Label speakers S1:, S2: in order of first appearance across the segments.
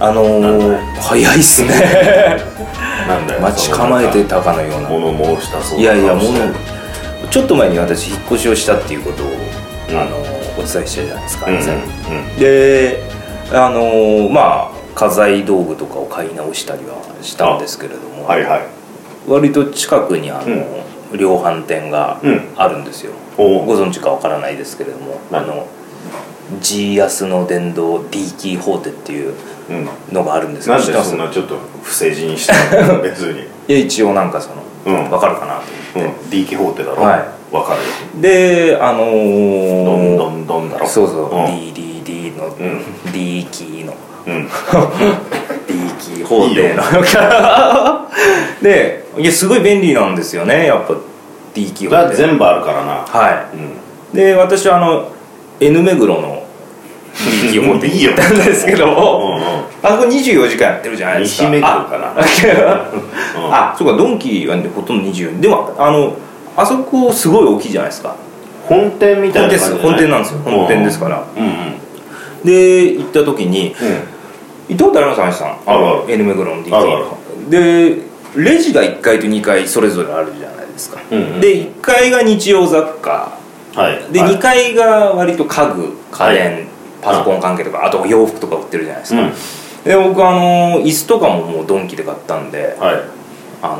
S1: あのー、早いっすね
S2: なんだよ
S1: 待ち構えて
S2: そ
S1: たかのような
S2: のなんか物申したそう
S1: いやいやも
S2: 物
S1: うちょっと前に私引っ越しをしたっていうことを、
S2: うん
S1: あのお伝えしたじゃないですか、
S2: うんうん
S1: 以前であのまあ家財道具とかを買い直したりはしたんですけれど
S2: うん
S1: も、
S2: はいはい
S1: 割と近くにあの、量販店が
S2: うん
S1: あるんですよ、
S2: お
S1: ご
S2: お
S1: 存知かわからないですけれども
S2: うん
S1: あの G 安の電動 D キーホーテっていう
S2: うん
S1: のがあるんですけ
S2: な
S1: ど
S2: ん
S1: 知っ
S2: で
S1: てます
S2: そんなちょっと不正字にした の別に
S1: いや一応なんかその、
S2: うん
S1: わかるかなと
S2: うん D キホーテだろ
S1: は
S2: わかるよ
S1: であのー
S2: どんどんどんだろ
S1: そうそう、
S2: うん
S1: DDD の、
S2: うん
S1: D キーの
S2: うん
S1: D キー法廷の でいやすごい便利なんですよねやっぱ D キー
S2: だ
S1: 法
S2: から
S1: 廷
S2: 全部あるからな
S1: は
S2: うん
S1: いで私はあの N 目黒の D キー法廷に行ったんですけ
S2: う
S1: ど
S2: んうん
S1: あそこ24時間やってるじゃ ないですか
S2: 西目黒かなうん
S1: ああそうかドンキーはねほとんど24でもあのあそこすごい大きいじゃないですか
S2: 本店みた
S1: 本
S2: い
S1: 店っ
S2: な
S1: す
S2: 感じ
S1: 本店なんですよ本店ですから
S2: うんうん
S1: で行った時に
S2: う
S1: 行ったことあります林さん
S2: あるある
S1: N 目黒の DT
S2: あるあ
S1: でレジが1階と2階それぞれあるじゃないですか、
S2: うんうん
S1: で1階が日用雑貨
S2: んはい
S1: で、
S2: はい
S1: 2階が割と家具家電、パソコン関係とかあと洋服とか売ってるじゃないです
S2: う
S1: か、
S2: ん
S1: で僕あの椅子とかももうドンキで買ったんで
S2: はい
S1: あの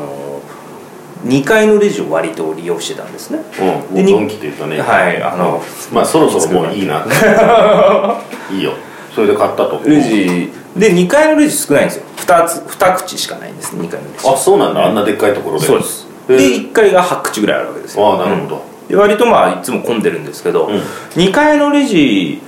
S1: 2階のレジを割と利用してたんですね
S2: うん
S1: で
S2: もう
S1: に
S2: ドンキと言ったね
S1: はいあの
S2: まあそろそろもういいないいよそれで買ったと
S1: レジで2階のレジ少ないんですよ2つ2口しかないんです2階のレジ
S2: あそうなんだあんなでっかいところで
S1: そうです
S2: へえ
S1: で1階が8口ぐらいあるわけですよ
S2: ああなるほど
S1: うんで割とまあいつも混んでるんですけど、
S2: うん
S1: 2階のレジ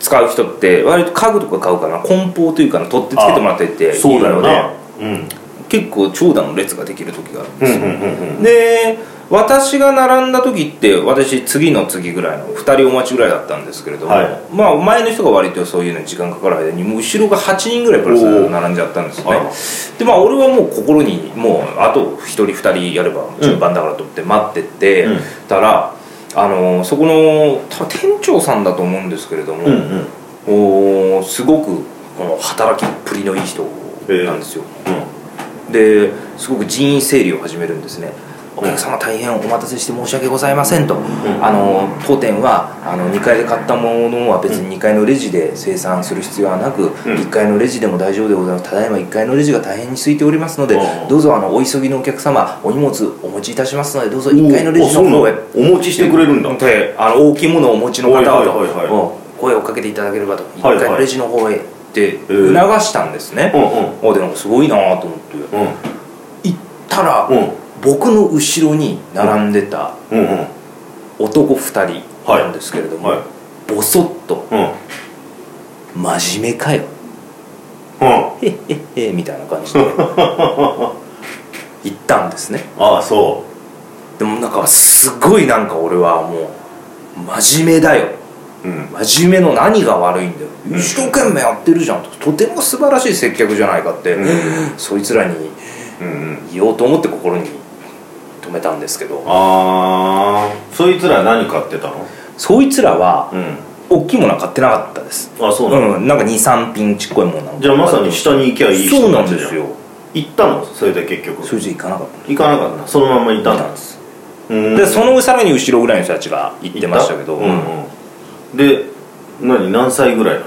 S1: 使う人って割と家具とか買うから梱包というかな取ってつけてもらってて
S2: そうだよ
S1: いい
S2: な
S1: の
S2: うん
S1: で結構長蛇の列ができる時があるん
S2: う
S1: で
S2: ん
S1: す
S2: う
S1: よ、
S2: んうんうん
S1: で私が並んだ時って私次の次ぐらいの2人お待ちぐらいだったんですけれども、
S2: はい
S1: まあ前の人が割とそういうのに時間かかる間にもう後ろが8人ぐらいプラス並んじゃったんですよ
S2: あら
S1: ねでまあ俺はもう心にもうあと1人2人やれば順番だからと思って待ってて、
S2: うん
S1: たらあのそこの多分店長さんだと思うんですけれども、
S2: うんうん
S1: おーすごくこの働きっぷりのいい人なんですよ、ですごく人員整理を始めるんですねお客様大変お待たせして申し訳ございませんと、
S2: ん
S1: あの当店はあの2階で買ったものは別に2階のレジで生産する必要はなく、
S2: ん
S1: 1階のレジでも大丈夫でございますただいま1階のレジが大変に空いておりますので、
S2: うん
S1: どうぞあのお急ぎのお客様お荷物お持ちいたしますのでどうぞ
S2: うん
S1: 1階のレジの
S2: お
S1: 方
S2: そう
S1: へ
S2: なのお持ちしてくれるんだ
S1: であの大きいものをお持ちの方はと、
S2: はいはいはいはい
S1: うん声をかけていただければと一
S2: はい
S1: 回レジの方へって促したんですね、
S2: うん
S1: あでなんかすごいなと思って
S2: うん
S1: 行ったら、
S2: うん
S1: 僕の後ろに並んでた
S2: うんうんうん
S1: 男2人なんですけれども、
S2: はい
S1: ボソッと
S2: うん
S1: 「真面目かよ
S2: うん
S1: へっへっへ」みたいな感じ で行ったんですね
S2: ああそ
S1: でもなんかすごいなんか俺はもう真面目だよ
S2: ううん
S1: 真面目の何が悪いんだよ一生懸命やってるじゃんととても素晴らしい接客じゃないかって、
S2: うん
S1: そいつらに
S2: うんうん
S1: 言おうと思って心に止めたんですけど
S2: ああそいつら何買ってたの
S1: そいつらは
S2: うん
S1: 大きいものは買ってなかったです
S2: あそうなの
S1: うんなんか23品ちっこいものなの
S2: じゃあまさに下に行きゃいい人
S1: そうな
S2: た
S1: ん
S2: ちじゃ
S1: ですよ
S2: 行ったのそれで結局
S1: それじゃ行かなかっ
S2: 行かなかったそのままい
S1: た
S2: たん
S1: 行った
S2: だ
S1: んです
S2: うーん
S1: でそのさらに後ろぐらいの人たちが行ってましたけど、
S2: 行ったうんうんで何何歳ぐらいな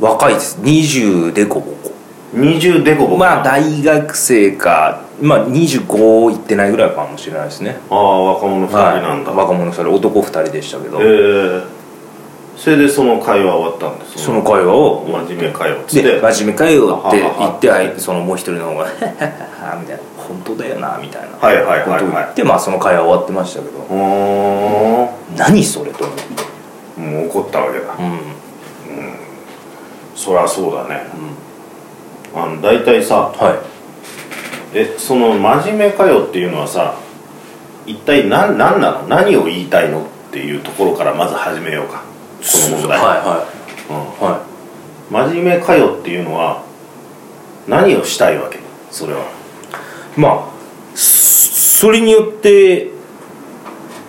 S2: の
S1: 若いです20でこぼこ
S2: 20デコボコ
S1: まあ大学生かまあ25いってないぐらいかもしれないですね
S2: ああ若者2人
S1: はい、
S2: なんだ、
S1: 若者2人男2人でしたけど、
S2: えーそれでその会話終わったんです
S1: その会話を
S2: 真面目会話っつって
S1: で「真面目かよ」って
S2: はは
S1: 言
S2: は
S1: ってあいそのもう一人の方が「みたいな「本当だよな」みたいな
S2: はいはいはいはい
S1: ことを言ってまあその会話終わってましたけど
S2: うー
S1: 「何それ」と思って
S2: んもう怒ったわけだ
S1: うん
S2: そりゃそうだねあの大体さ
S1: はい
S2: えその真面目かよっていうのはさ一体何何なの何を言いたいのっていうところからまず始めようかこの問題、
S1: はいは
S2: うん
S1: いは
S2: 真面目かよっていうのは何をしたいわけそれはい
S1: まあそそれによって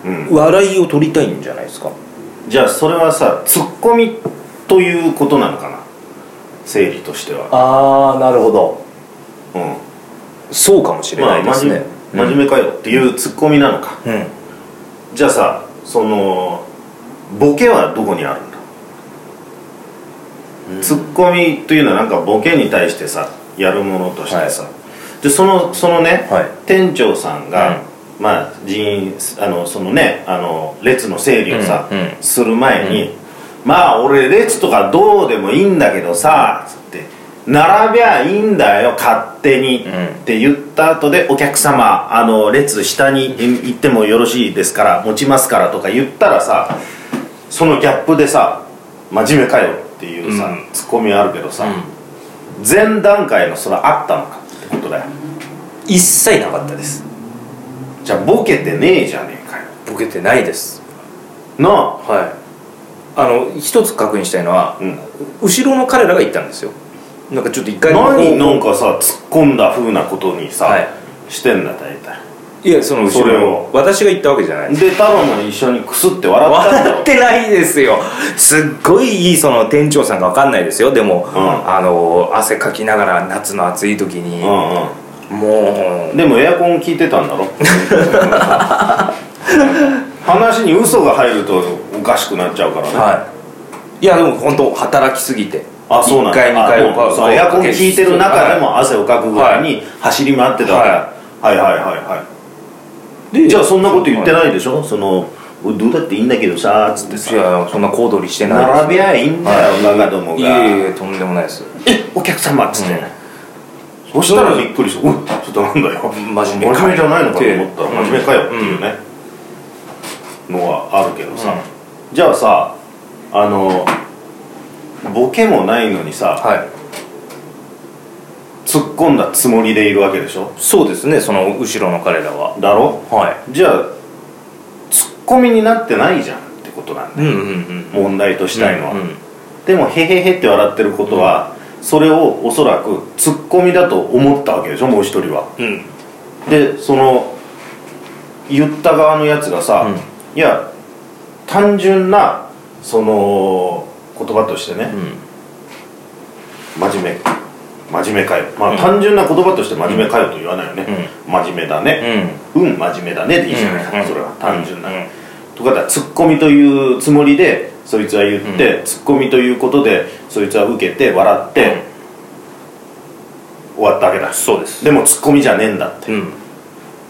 S2: うん
S1: 笑いを取りたいんじゃないですか
S2: じゃあそれはさツッコミということなのかな整理としては
S1: ああなるほど
S2: うん
S1: そうかもしれ
S2: ま
S1: な
S2: あ
S1: いです
S2: 真
S1: ね
S2: 面、真面目かよっていうツッコミなのか、
S1: 目うん
S2: じゃあさそのボケはどこにあるんだ、ツッコミというのはなんかボケに対してさやるものとしてさ、でそのそのね、
S1: はい
S2: 店長さんが、まあ人員あのそのねあの列の整理をさ、
S1: うんうん
S2: する前に、まあ俺列とかどうでもいいんだけどさつって並びゃいいんだよ勝手に、
S1: ん
S2: って言った後でお客様あの列下に行ってもよろしいですから持ちますからとか言ったらさそのギャップでさ真面目かよっていうさ、
S1: うん
S2: ツッコミあるけどさ、
S1: う
S2: 前段階のそれあったのかってことだよ
S1: ん一切なかったです
S2: じゃあボケてねえじゃねえかよ
S1: ボケてないです
S2: な
S1: はいあの一つ確認したいのは
S2: あ、うん、
S1: 後ろの彼らが言ったんですよなんかちょっと一回
S2: 何な
S1: の
S2: んかさ突っ込んだ風なことにさ、
S1: はい
S2: してんだ大体
S1: いやその後
S2: それ
S1: ろ
S2: を
S1: 私が言ったわけじゃない
S2: で太郎も一緒にクスって笑ったんだ
S1: 笑
S2: ろ
S1: ってないですよすっごいいいその店長さんが分かんないですよでも、
S2: ん
S1: あの汗かきながら夏の暑い時に、
S2: うん
S1: も
S2: うんでもエアコン効いてた んだろ話に嘘が入るとおかしくなっちゃうから
S1: う
S2: ね
S1: はいいやでも本当働きすぎて
S2: あそうなん
S1: 1回2回
S2: あそうそうエアコン効いてる中で
S1: は
S2: も汗をかくぐらいに走り回ってたから、はい、はいはいはいはい
S1: いで
S2: じゃあそんなこと言ってないでしょその俺どうだっていいんだけどさーっつって
S1: い
S2: さ
S1: やそんな小躍りしてない
S2: 並べゃいいんだ
S1: は
S2: よ
S1: い
S2: バカども
S1: い
S2: が
S1: えいえとんでもないです
S2: えお客様っつって、
S1: うん
S2: そしたらびっくりして「おいちょっとなんだよ
S1: 真
S2: 真
S1: 面目か
S2: 面目じゃないのかと思ったら
S1: うん
S2: 真面目かよ」っていうね、のはあるけどさ、じゃあさあのボケもないのにさ
S1: はい
S2: 突っ込んだつもりでいるわけでしょ
S1: そうですねその後ろの彼らは
S2: だろ
S1: は
S2: じゃあツッコミになってないじゃんってことなんだ
S1: いうんうんうん
S2: 問題としたいのは、
S1: うんうん
S2: でも「へへへ」って笑ってることは、それをおそらくツッコミだと思ったわけでしょもう一人は
S1: うん
S2: でその言った側のやつがさ、
S1: うん
S2: いや単純なその言葉としてね、真面目真面目かよまあ、
S1: うん
S2: 単純な言葉として真面目かよと言わないよね、真面目だね
S1: うん
S2: うん、真面目だねでいいじゃないか、
S1: うん
S2: それは単純な、
S1: うん
S2: とかだツッコミというつもりでそいつは言って、ツッコミということでそいつは受けて笑って、終わったわけだ
S1: そうです
S2: でもツッコミじゃねえんだって
S1: うん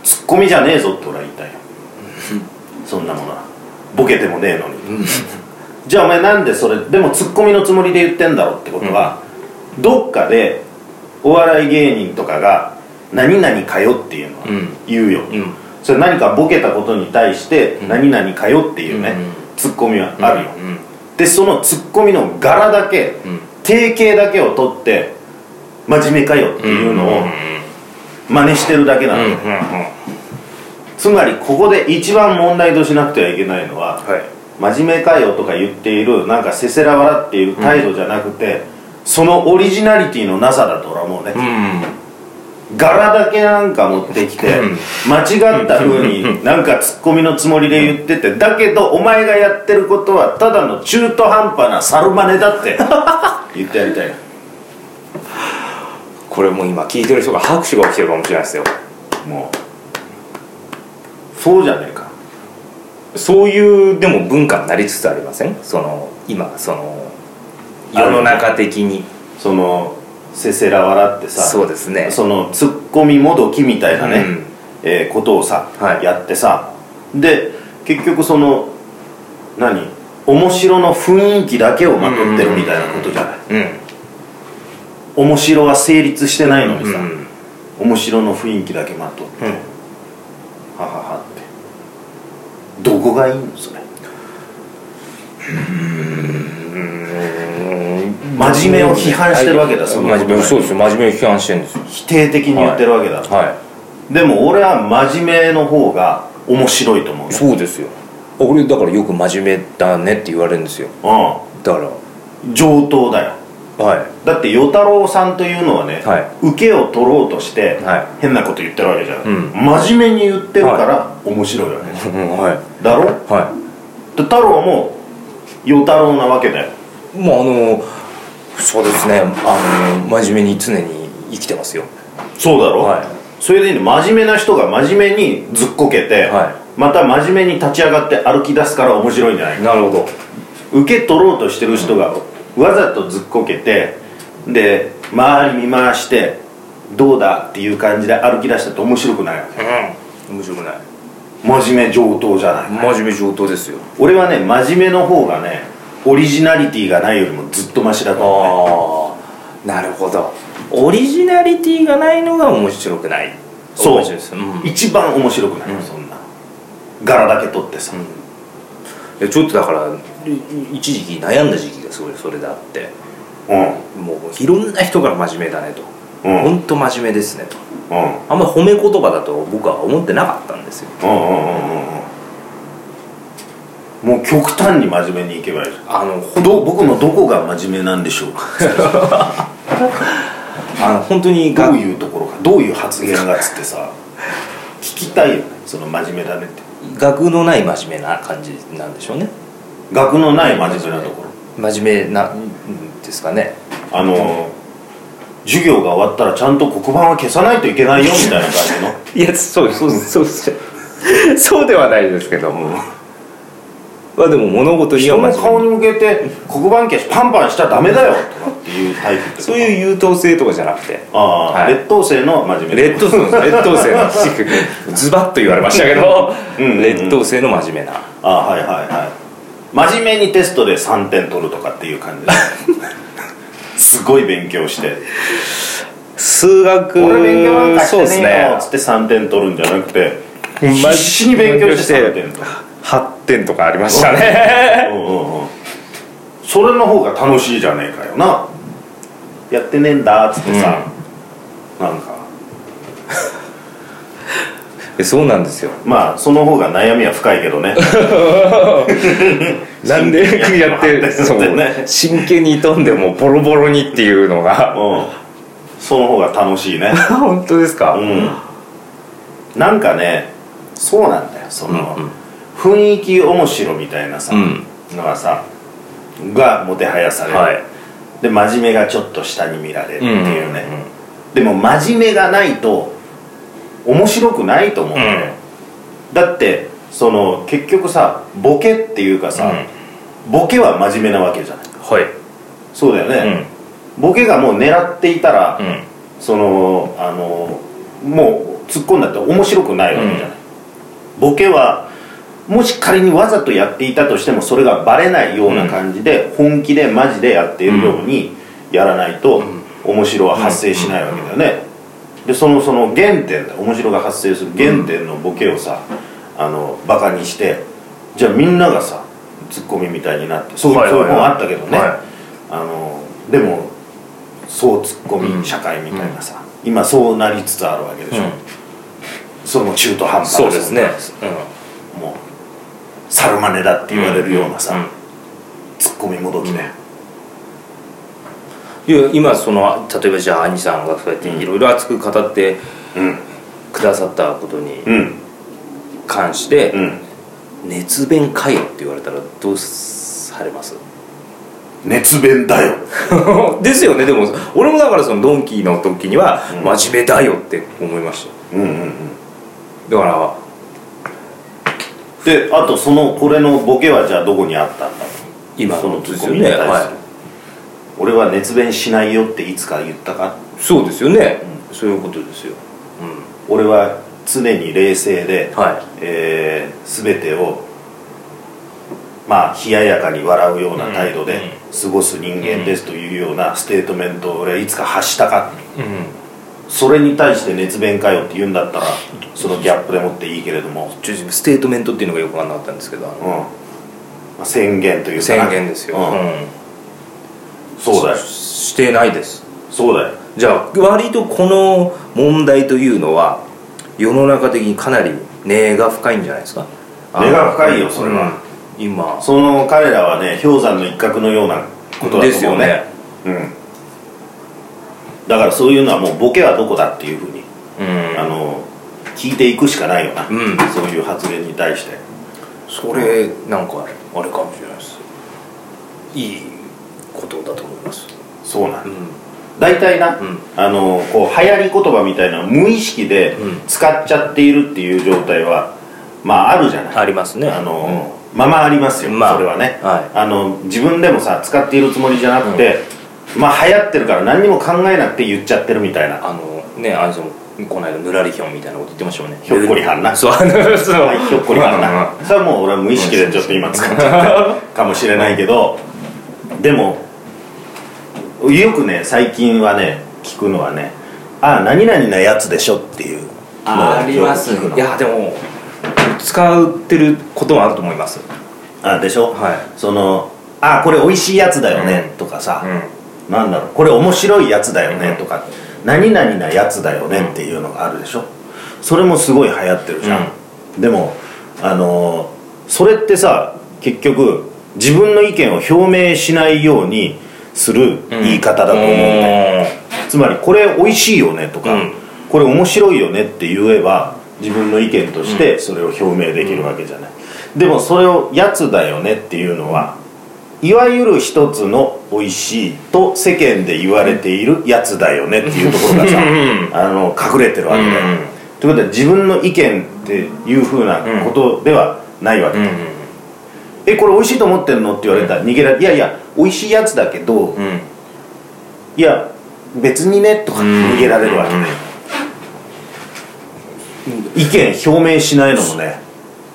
S2: ツッコミじゃねえぞって俺は言いたいよそんなものはボケてもねえのにじゃあお前なんでそれでもツッコミのつもりで言ってんだろってことは、どっかでお笑い芸人とかが「何々かよ」っていうのは
S1: うん
S2: 言うよ、
S1: うん
S2: それ何かボケたことに対して「何々かよ」っていうね、
S1: うん
S2: ツッコミはあるよ、
S1: うん
S2: でそのツッコミの柄だけ、
S1: うん
S2: 定型だけを取って「真面目かよ」っていうのを真似してるだけな
S1: うん
S2: の、
S1: うんうん
S2: つまりここで一番問題としなくてはいけないのは
S1: はい
S2: 真面目かよとか言っているなんかせせら笑っている態度じゃなくて、そのオリジナリティのなさだと俺はもうね、
S1: うん
S2: 柄だけなんか持ってきて
S1: うん
S2: 間違った風になんかツッコミのつもりで言っててだけどお前がやってることはただの中途半端な猿真似だって 言ってやりたい
S1: これもう今聞いてる人が拍手が起きてるかもしれないですよ
S2: もうそうじゃねえか
S1: そういうでも文化になりつつありませんその今その世の中的に
S2: そのせせら笑ってさ
S1: そうですね
S2: そのツッコミもどきみたいなね、
S1: うん
S2: えーことをさ、
S1: はい
S2: やってさで結局その何面白の雰囲気だけをまとってるみたいなことじゃない、
S1: うん
S2: 面白は成立してないのにさ、
S1: うん
S2: 面白の雰囲気だけまとって、
S1: うん
S2: はははってどこがいいのそれ真面目を批判してるわけだそ
S1: そ
S2: の
S1: 真面目そうですよ真面目を批判してるんですよ
S2: 否定的に言ってるわけだ、
S1: は
S2: でも俺は真面目の方が面白いと思う
S1: いそうですよあ俺だからよく真面目だねって言われるんですよ
S2: う
S1: だから
S2: ん上等だよ
S1: は
S2: だって与太郎さんというのはね、
S1: は
S2: 受けを取ろうとして、
S1: は
S2: 変なこと言ってるわけじゃん、
S1: うん
S2: 真面目に言ってるから面白いわけ、
S1: い、うん、はい
S2: だろで
S1: はい
S2: 太郎も与太郎なわけだよ
S1: まああのそうですねあの真面目に常に生きてますよ
S2: そうだろ、
S1: はい
S2: それでいいね真面目な人が真面目にずっこけて、
S1: は
S2: また真面目に立ち上がって歩き出すから面白いんじゃない
S1: なるほど
S2: 受け取ろうとしてる人がわざとずっこけてで周り見回してどうだっていう感じで歩き出したって面白くないわけ
S1: うん面白くない
S2: 真面目上等じゃない
S1: 真面目上等ですよ
S2: 俺はね真面目の方がねオリジナリティがないよりもずっとマシだと思うね
S1: ああなるほどオリジナリティがないのが面白くない
S2: そう
S1: 面白いです、うん
S2: 一番面白くない、そんな柄だけ取ってさ、
S1: いやちょっとだからい一時期悩んだ時期がすごいそれであって
S2: うんうん
S1: もういろんな人から真面目だねと
S2: うんうん
S1: 本当真面目ですねと
S2: うん
S1: あんまり褒め言葉だと僕は思ってなかったんですよ
S2: うんうんうんもう極端に真面目にいけばいいじゃん
S1: あのほ
S2: ど僕のどこが真面目なんでしょうか
S1: あの本当に
S2: ど
S1: が
S2: ういうところがどういう発言がっつってさ聞きたいよねその真面目だねって
S1: 学のない真面目な感じなんでしょうね
S2: 学のない真面目なところ
S1: 真面目なんですかね
S2: あの授業が終わったらちゃんと黒板は消さないといけないよみたいな感じの
S1: いやそうそうそう そうそうではないですけどもまあでも物事には
S2: 人の
S1: 真面
S2: 顔
S1: 目
S2: に向けて黒板消しパンパンしちゃダメだよとかっていうタイプってこと
S1: そういう優等生とかじゃなくて
S2: ああ、
S1: はい
S2: 劣等生の真面目な
S1: 劣等生 の劣等生の地区ズバッと言われましたけど
S2: うんうんうん
S1: 劣等生の真面目な
S2: ああはいはいはい真面目にテストで3点取るとかっていう 感じですごい勉強して
S1: 数学
S2: 俺勉強なんかして
S1: そうです
S2: ねえよ
S1: ね
S2: っつって3点取るんじゃなくて
S1: うん
S2: 必死に勉強して3
S1: 勉
S2: 点取る
S1: 8点とかありました ね
S2: うんうんうんそれの方が楽しいじゃねえかよなやってねえんだっつってさ、なんか
S1: えそうなんですよ
S2: まあその方が悩みは深いけどね
S1: なんで
S2: 真剣に
S1: や
S2: や
S1: っ
S2: ってて
S1: る
S2: る
S1: そう
S2: ね
S1: 真剣に挑んでもボロボロにっていうの が
S2: うんその方が楽し いね
S1: 本当ですか
S2: うん、なんかねそうなんだよその、
S1: うんうん
S2: 雰囲気面白みたいなさ、
S1: うん
S2: のがさがもてはやされる、
S1: はい
S2: で真面目がちょっと下に見られるっていうね、
S1: うんうんうん
S2: でも真面目がないと面白くないと思う、
S1: うん
S2: だってその結局さボケっていうかさ、ボケは真面目なわけじゃな
S1: は
S2: い
S1: い
S2: そうだよ
S1: う
S2: ね、
S1: ん
S2: ボケがもう狙っていたら、
S1: うん
S2: そのあのもう突っ込んだって面白くないわけじゃない、ボケはもし仮にわざとやっていたとしてもそれがバレないような感じで、本気でマジでやっているようにやらないと、面白は発生しないわけだよね、でそのその原点だ面白が発生する原点のボケをさ、あのバカにしてじゃあみんながさツッコミみたいになってそう,、
S1: はいはいはい
S2: そういう本あったけどね、
S1: はい
S2: あのでもそうツッコミ社会みたいなさ、今そうなりつつあるわけでしょ、
S1: うん
S2: それも中途半端な
S1: そうですね
S2: もうサルマネだって言われるようなさ、
S1: うん
S2: ツッコミもどきで、
S1: いや今その例えばじゃあ兄さんがそうやっていろいろ熱く語って
S2: うん
S1: くださったことに
S2: うん
S1: 関して、
S2: うん
S1: 熱弁かよって言われたらどうされます
S2: 熱弁だよ
S1: ですよねでも俺もだからそのドンキーの時には
S2: うん
S1: 真面目だよって思いまし
S2: うんうんうん
S1: ただから
S2: であとそのこれのボケはじゃあどこにあったんだと
S1: 今
S2: その
S1: で
S2: ツ
S1: すよ
S2: ッコミに
S1: ね
S2: 対する、
S1: は
S2: 俺は熱弁しないよっていつか言ったか
S1: いそうですよね、そういうことですよ、う
S2: 俺は常に冷静で、
S1: ん、はい
S2: えー全てをまあ冷ややかに笑うような態度で過ごす人間ですというようなステートメントを俺はいつか発したか
S1: うん
S2: それに対して熱弁かよって言うんだったらそのギャップでもっていいけれども、
S1: ちょっとステートメントっていうのがよく分かんなかったんですけどあ
S2: うん
S1: の
S2: まあ宣言というかな
S1: 宣言ですよ、
S2: うん
S1: うん
S2: そうだよ
S1: ししてないです
S2: そうだよ
S1: じゃあ割とこの問題というのは世の中的にかなり根が深いんじゃないですか
S2: 根が深いよそれは、
S1: うん今
S2: その彼らはね氷山の一角のようなことだと思うね
S1: ですよね、
S2: うん、だからそういうのはもうボケはどこだっていうふうに、
S1: うん、
S2: あの聞いていくしかないよな、
S1: うん
S2: そういう発言に対して
S1: それなんかあれかもしれないですいいことだと思います
S2: そうなん
S1: う
S2: だ
S1: ん
S2: 大体な、
S1: うん
S2: あのこう流行り言葉みたいなのを無意識で
S1: うん
S2: 使っちゃっているっていう状態はまああるじゃない
S1: ありますね
S2: あの、ままありますよ、
S1: まあ
S2: それはね、
S1: は
S2: あの自分でもさ使っているつもりじゃなくて、まあ流行ってるから何にも考えなくて言っちゃってるみたいな
S1: あのねあのそのこの間ぬらりひょんみたいなこと言ってましたもんね
S2: ひょっこりはんな
S1: そうあのそう
S2: はいひょっこりはなそれはもう俺は無意識でちょっと今使っちゃってるかもしれないけどでもよくね最近はね聞くのはね「ああ何々なやつでしょ」っていう
S1: ああります
S2: よく聞くの
S1: いやでも使ってることもあると思います
S2: あでしょ、
S1: はい
S2: その「あこれ美味しいやつだよね」とかさ、
S1: う
S2: なんだろうこれ面白いやつだよ
S1: う
S2: ね
S1: ん
S2: とか、何々なやつだよねっていうのがあるでしょそれもすごい流行ってるじゃん、でもあのーそれってさ結局自分の意見を表明しないようにする
S1: ん
S2: 言い方だと思うんだよ、つまりこれ美味しいよねとか、
S1: うん
S2: これ面白いよねって言えば自分の意見としてそれを表明できるわけじゃない、でもそれを「やつだよね」っていうのはいわゆる一つの「美味しい」と世間で言われている「やつだよね」っていうところがさ
S1: うん
S2: あの隠れてるわけだ
S1: う
S2: よ、
S1: ん
S2: ということは自分の意見っていうふうなことではないわけ、
S1: うんうん
S2: えこれ美味しいと思ってんのって言われたら逃げられいやいや美味しいやつだけど、
S1: うん
S2: いや別にねとか
S1: うん
S2: 逃げられるわけね、意見表明しないのもね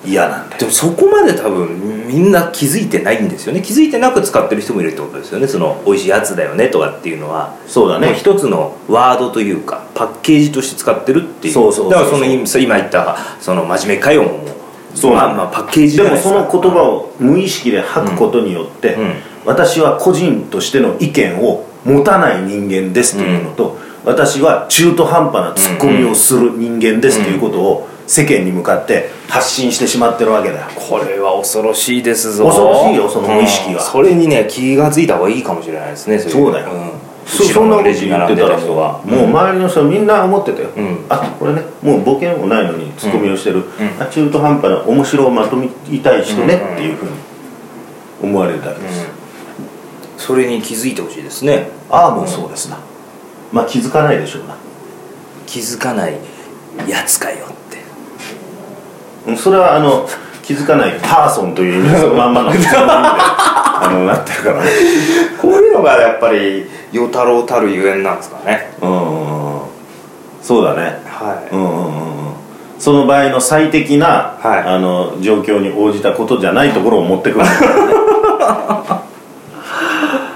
S2: 嫌なんだよ
S1: でもそこまで多分みんな気づいてないんですよね気づいてなく使ってる人もいるってことですよねその美味しいやつだよねとかっていうのは
S2: そうだ
S1: もう
S2: ね
S1: 一つのワードというかパッケージとして使ってるっていう
S2: そうそうそう
S1: だからその今今言ったその真面目かよもも
S2: そう
S1: まあまあパッケージじ
S2: で
S1: ゃない
S2: も
S1: です
S2: そ
S1: か
S2: の言葉を無意識で吐くことによって、
S1: うん
S2: 私は個人としての意見を持たない人間ですというのと、私は中途半端なツッコミをする人間ですということを世間に向かって発信してしまってるわけだよ
S1: これは恐ろしいですぞ
S2: 恐ろしいよその無意識が
S1: うんそれにね気が付いた方がいいかもしれないですねそ
S2: そうだよ
S1: ん、
S2: そ
S1: 後
S2: そ
S1: ろ
S2: んな
S1: の
S2: こと
S1: レ
S2: 言
S1: ジに
S2: っ
S1: 並
S2: て
S1: んで
S2: た
S1: た
S2: ら
S1: 人が
S2: もう周りの人みんな思ってたよ、
S1: うん
S2: あこれねもうボケもないのにツッコミをしてる、
S1: ん
S2: あ中途半端な面白をまとめたい人ねっていうふうに思われたわけです、
S1: それに気づいてほしいですね
S2: ああもうそうですなまあ気づかないでしょうな、
S1: 気づかないやつかよって
S2: うん、それはあの気づかないパーソンという意味そのまんまの あのなってるからね
S1: こういうのがやっぱり与太郎たるゆえんなんですかね
S2: うんうんうんそうだね
S1: は
S2: うんうんうんうんその場合の最適な、
S1: はい
S2: あの状況に応じたことじゃないところを持ってくるんだよね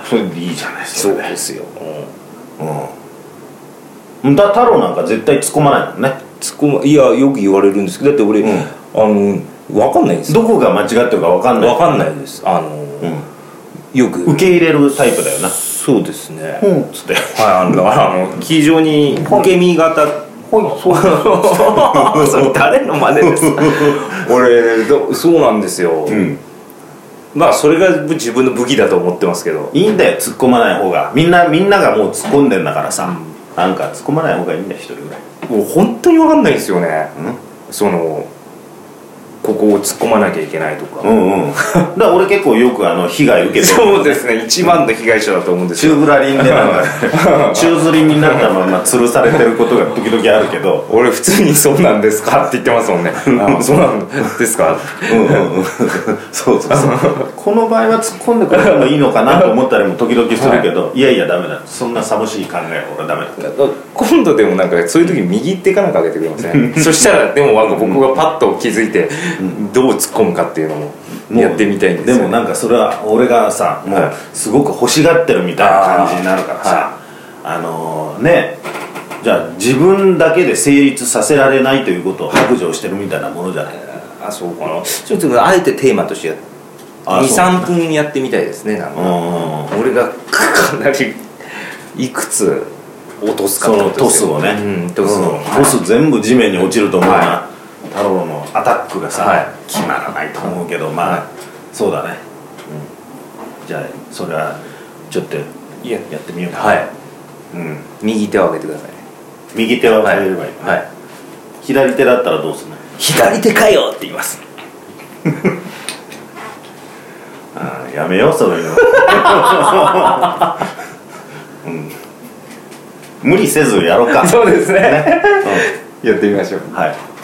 S2: それでいいじゃないです
S1: そ
S2: か
S1: うですよ、うん
S2: うんだ太郎なんか絶対突っ込まないもんね
S1: 突っ込むいやよく言われるんですけどだって俺、
S2: うん
S1: あの分かんないです
S2: どこが間違ってるか分かんない
S1: 分かんないですあの、よく
S2: うん、受け入れるタイプだよな
S1: そうですね、
S2: うんっつって
S1: はいあのだからあの非常に受け身型
S2: ほいそう
S1: それ誰の真似です 俺どそうなんですよ、
S2: うん
S1: まあそれが自分の武器だと思ってますけど
S2: いいんだよ突っ込まない方がみんなみんながもう突っ込んでんだからさ、なんか突っ込まない方がいいんだよ一人ぐらい
S1: もう本当に分かんないんですよね
S2: うん
S1: そのここを突っ込まなきゃいけないとか、
S2: うんうん だから俺結構よくあの被害受けてる
S1: そうですね一番の被害者だと思うんです
S2: 宙
S1: よ
S2: ぶらりん でなんか宙吊りになったまま吊るされてることが時々あるけど
S1: 俺普通に「そうなんですか?」って言ってますもんね「あそうなんですか?
S2: うんうんうんそうそうそうこの場合は突っ込んでくれてもいいのかなと思ったりも時々するけど、い、やいやダメだそんな寂しい考えは俺はダメだ」
S1: 今度でもなんかそういう時右手かなんか上げてくれませ んそしたらでもなんか僕がパッと気づいてどう突っ込むかっていうのも
S2: もう
S1: やってみたいんですよ、ね、
S2: でもなんかそれは俺がさも
S1: はいう
S2: すごく欲しがってるみたいな感じになるからさあ,、のーねじゃあ自分だけで成立させられないということを白状してるみたいなものじゃない
S1: あそうかなちょっとあえてテーマとして
S2: あそう
S1: 23分やってみたいですねなん
S2: う
S1: か
S2: んうん
S1: 俺がかなりいくつ落とすか
S2: そのトスをね、
S1: うん、トスを、
S2: うんトス全部地面に落ちると思うな、
S1: は
S2: 太郎のアタックがさ、
S1: はい
S2: 決まらないと思うけどまあ、
S1: はい
S2: そうだね、うんじゃあそれはちょっとや
S1: いや
S2: ってみようか、
S1: はい
S2: うん、
S1: 右手を上げてください
S2: 右手は上げればいい、
S1: はい、
S2: 左手だったらどうするの
S1: 左手かよって言います
S2: あーやめようそういうの
S1: 無理せずやろうか
S2: そうですね
S1: ね、
S2: やってみましょう
S1: うんはい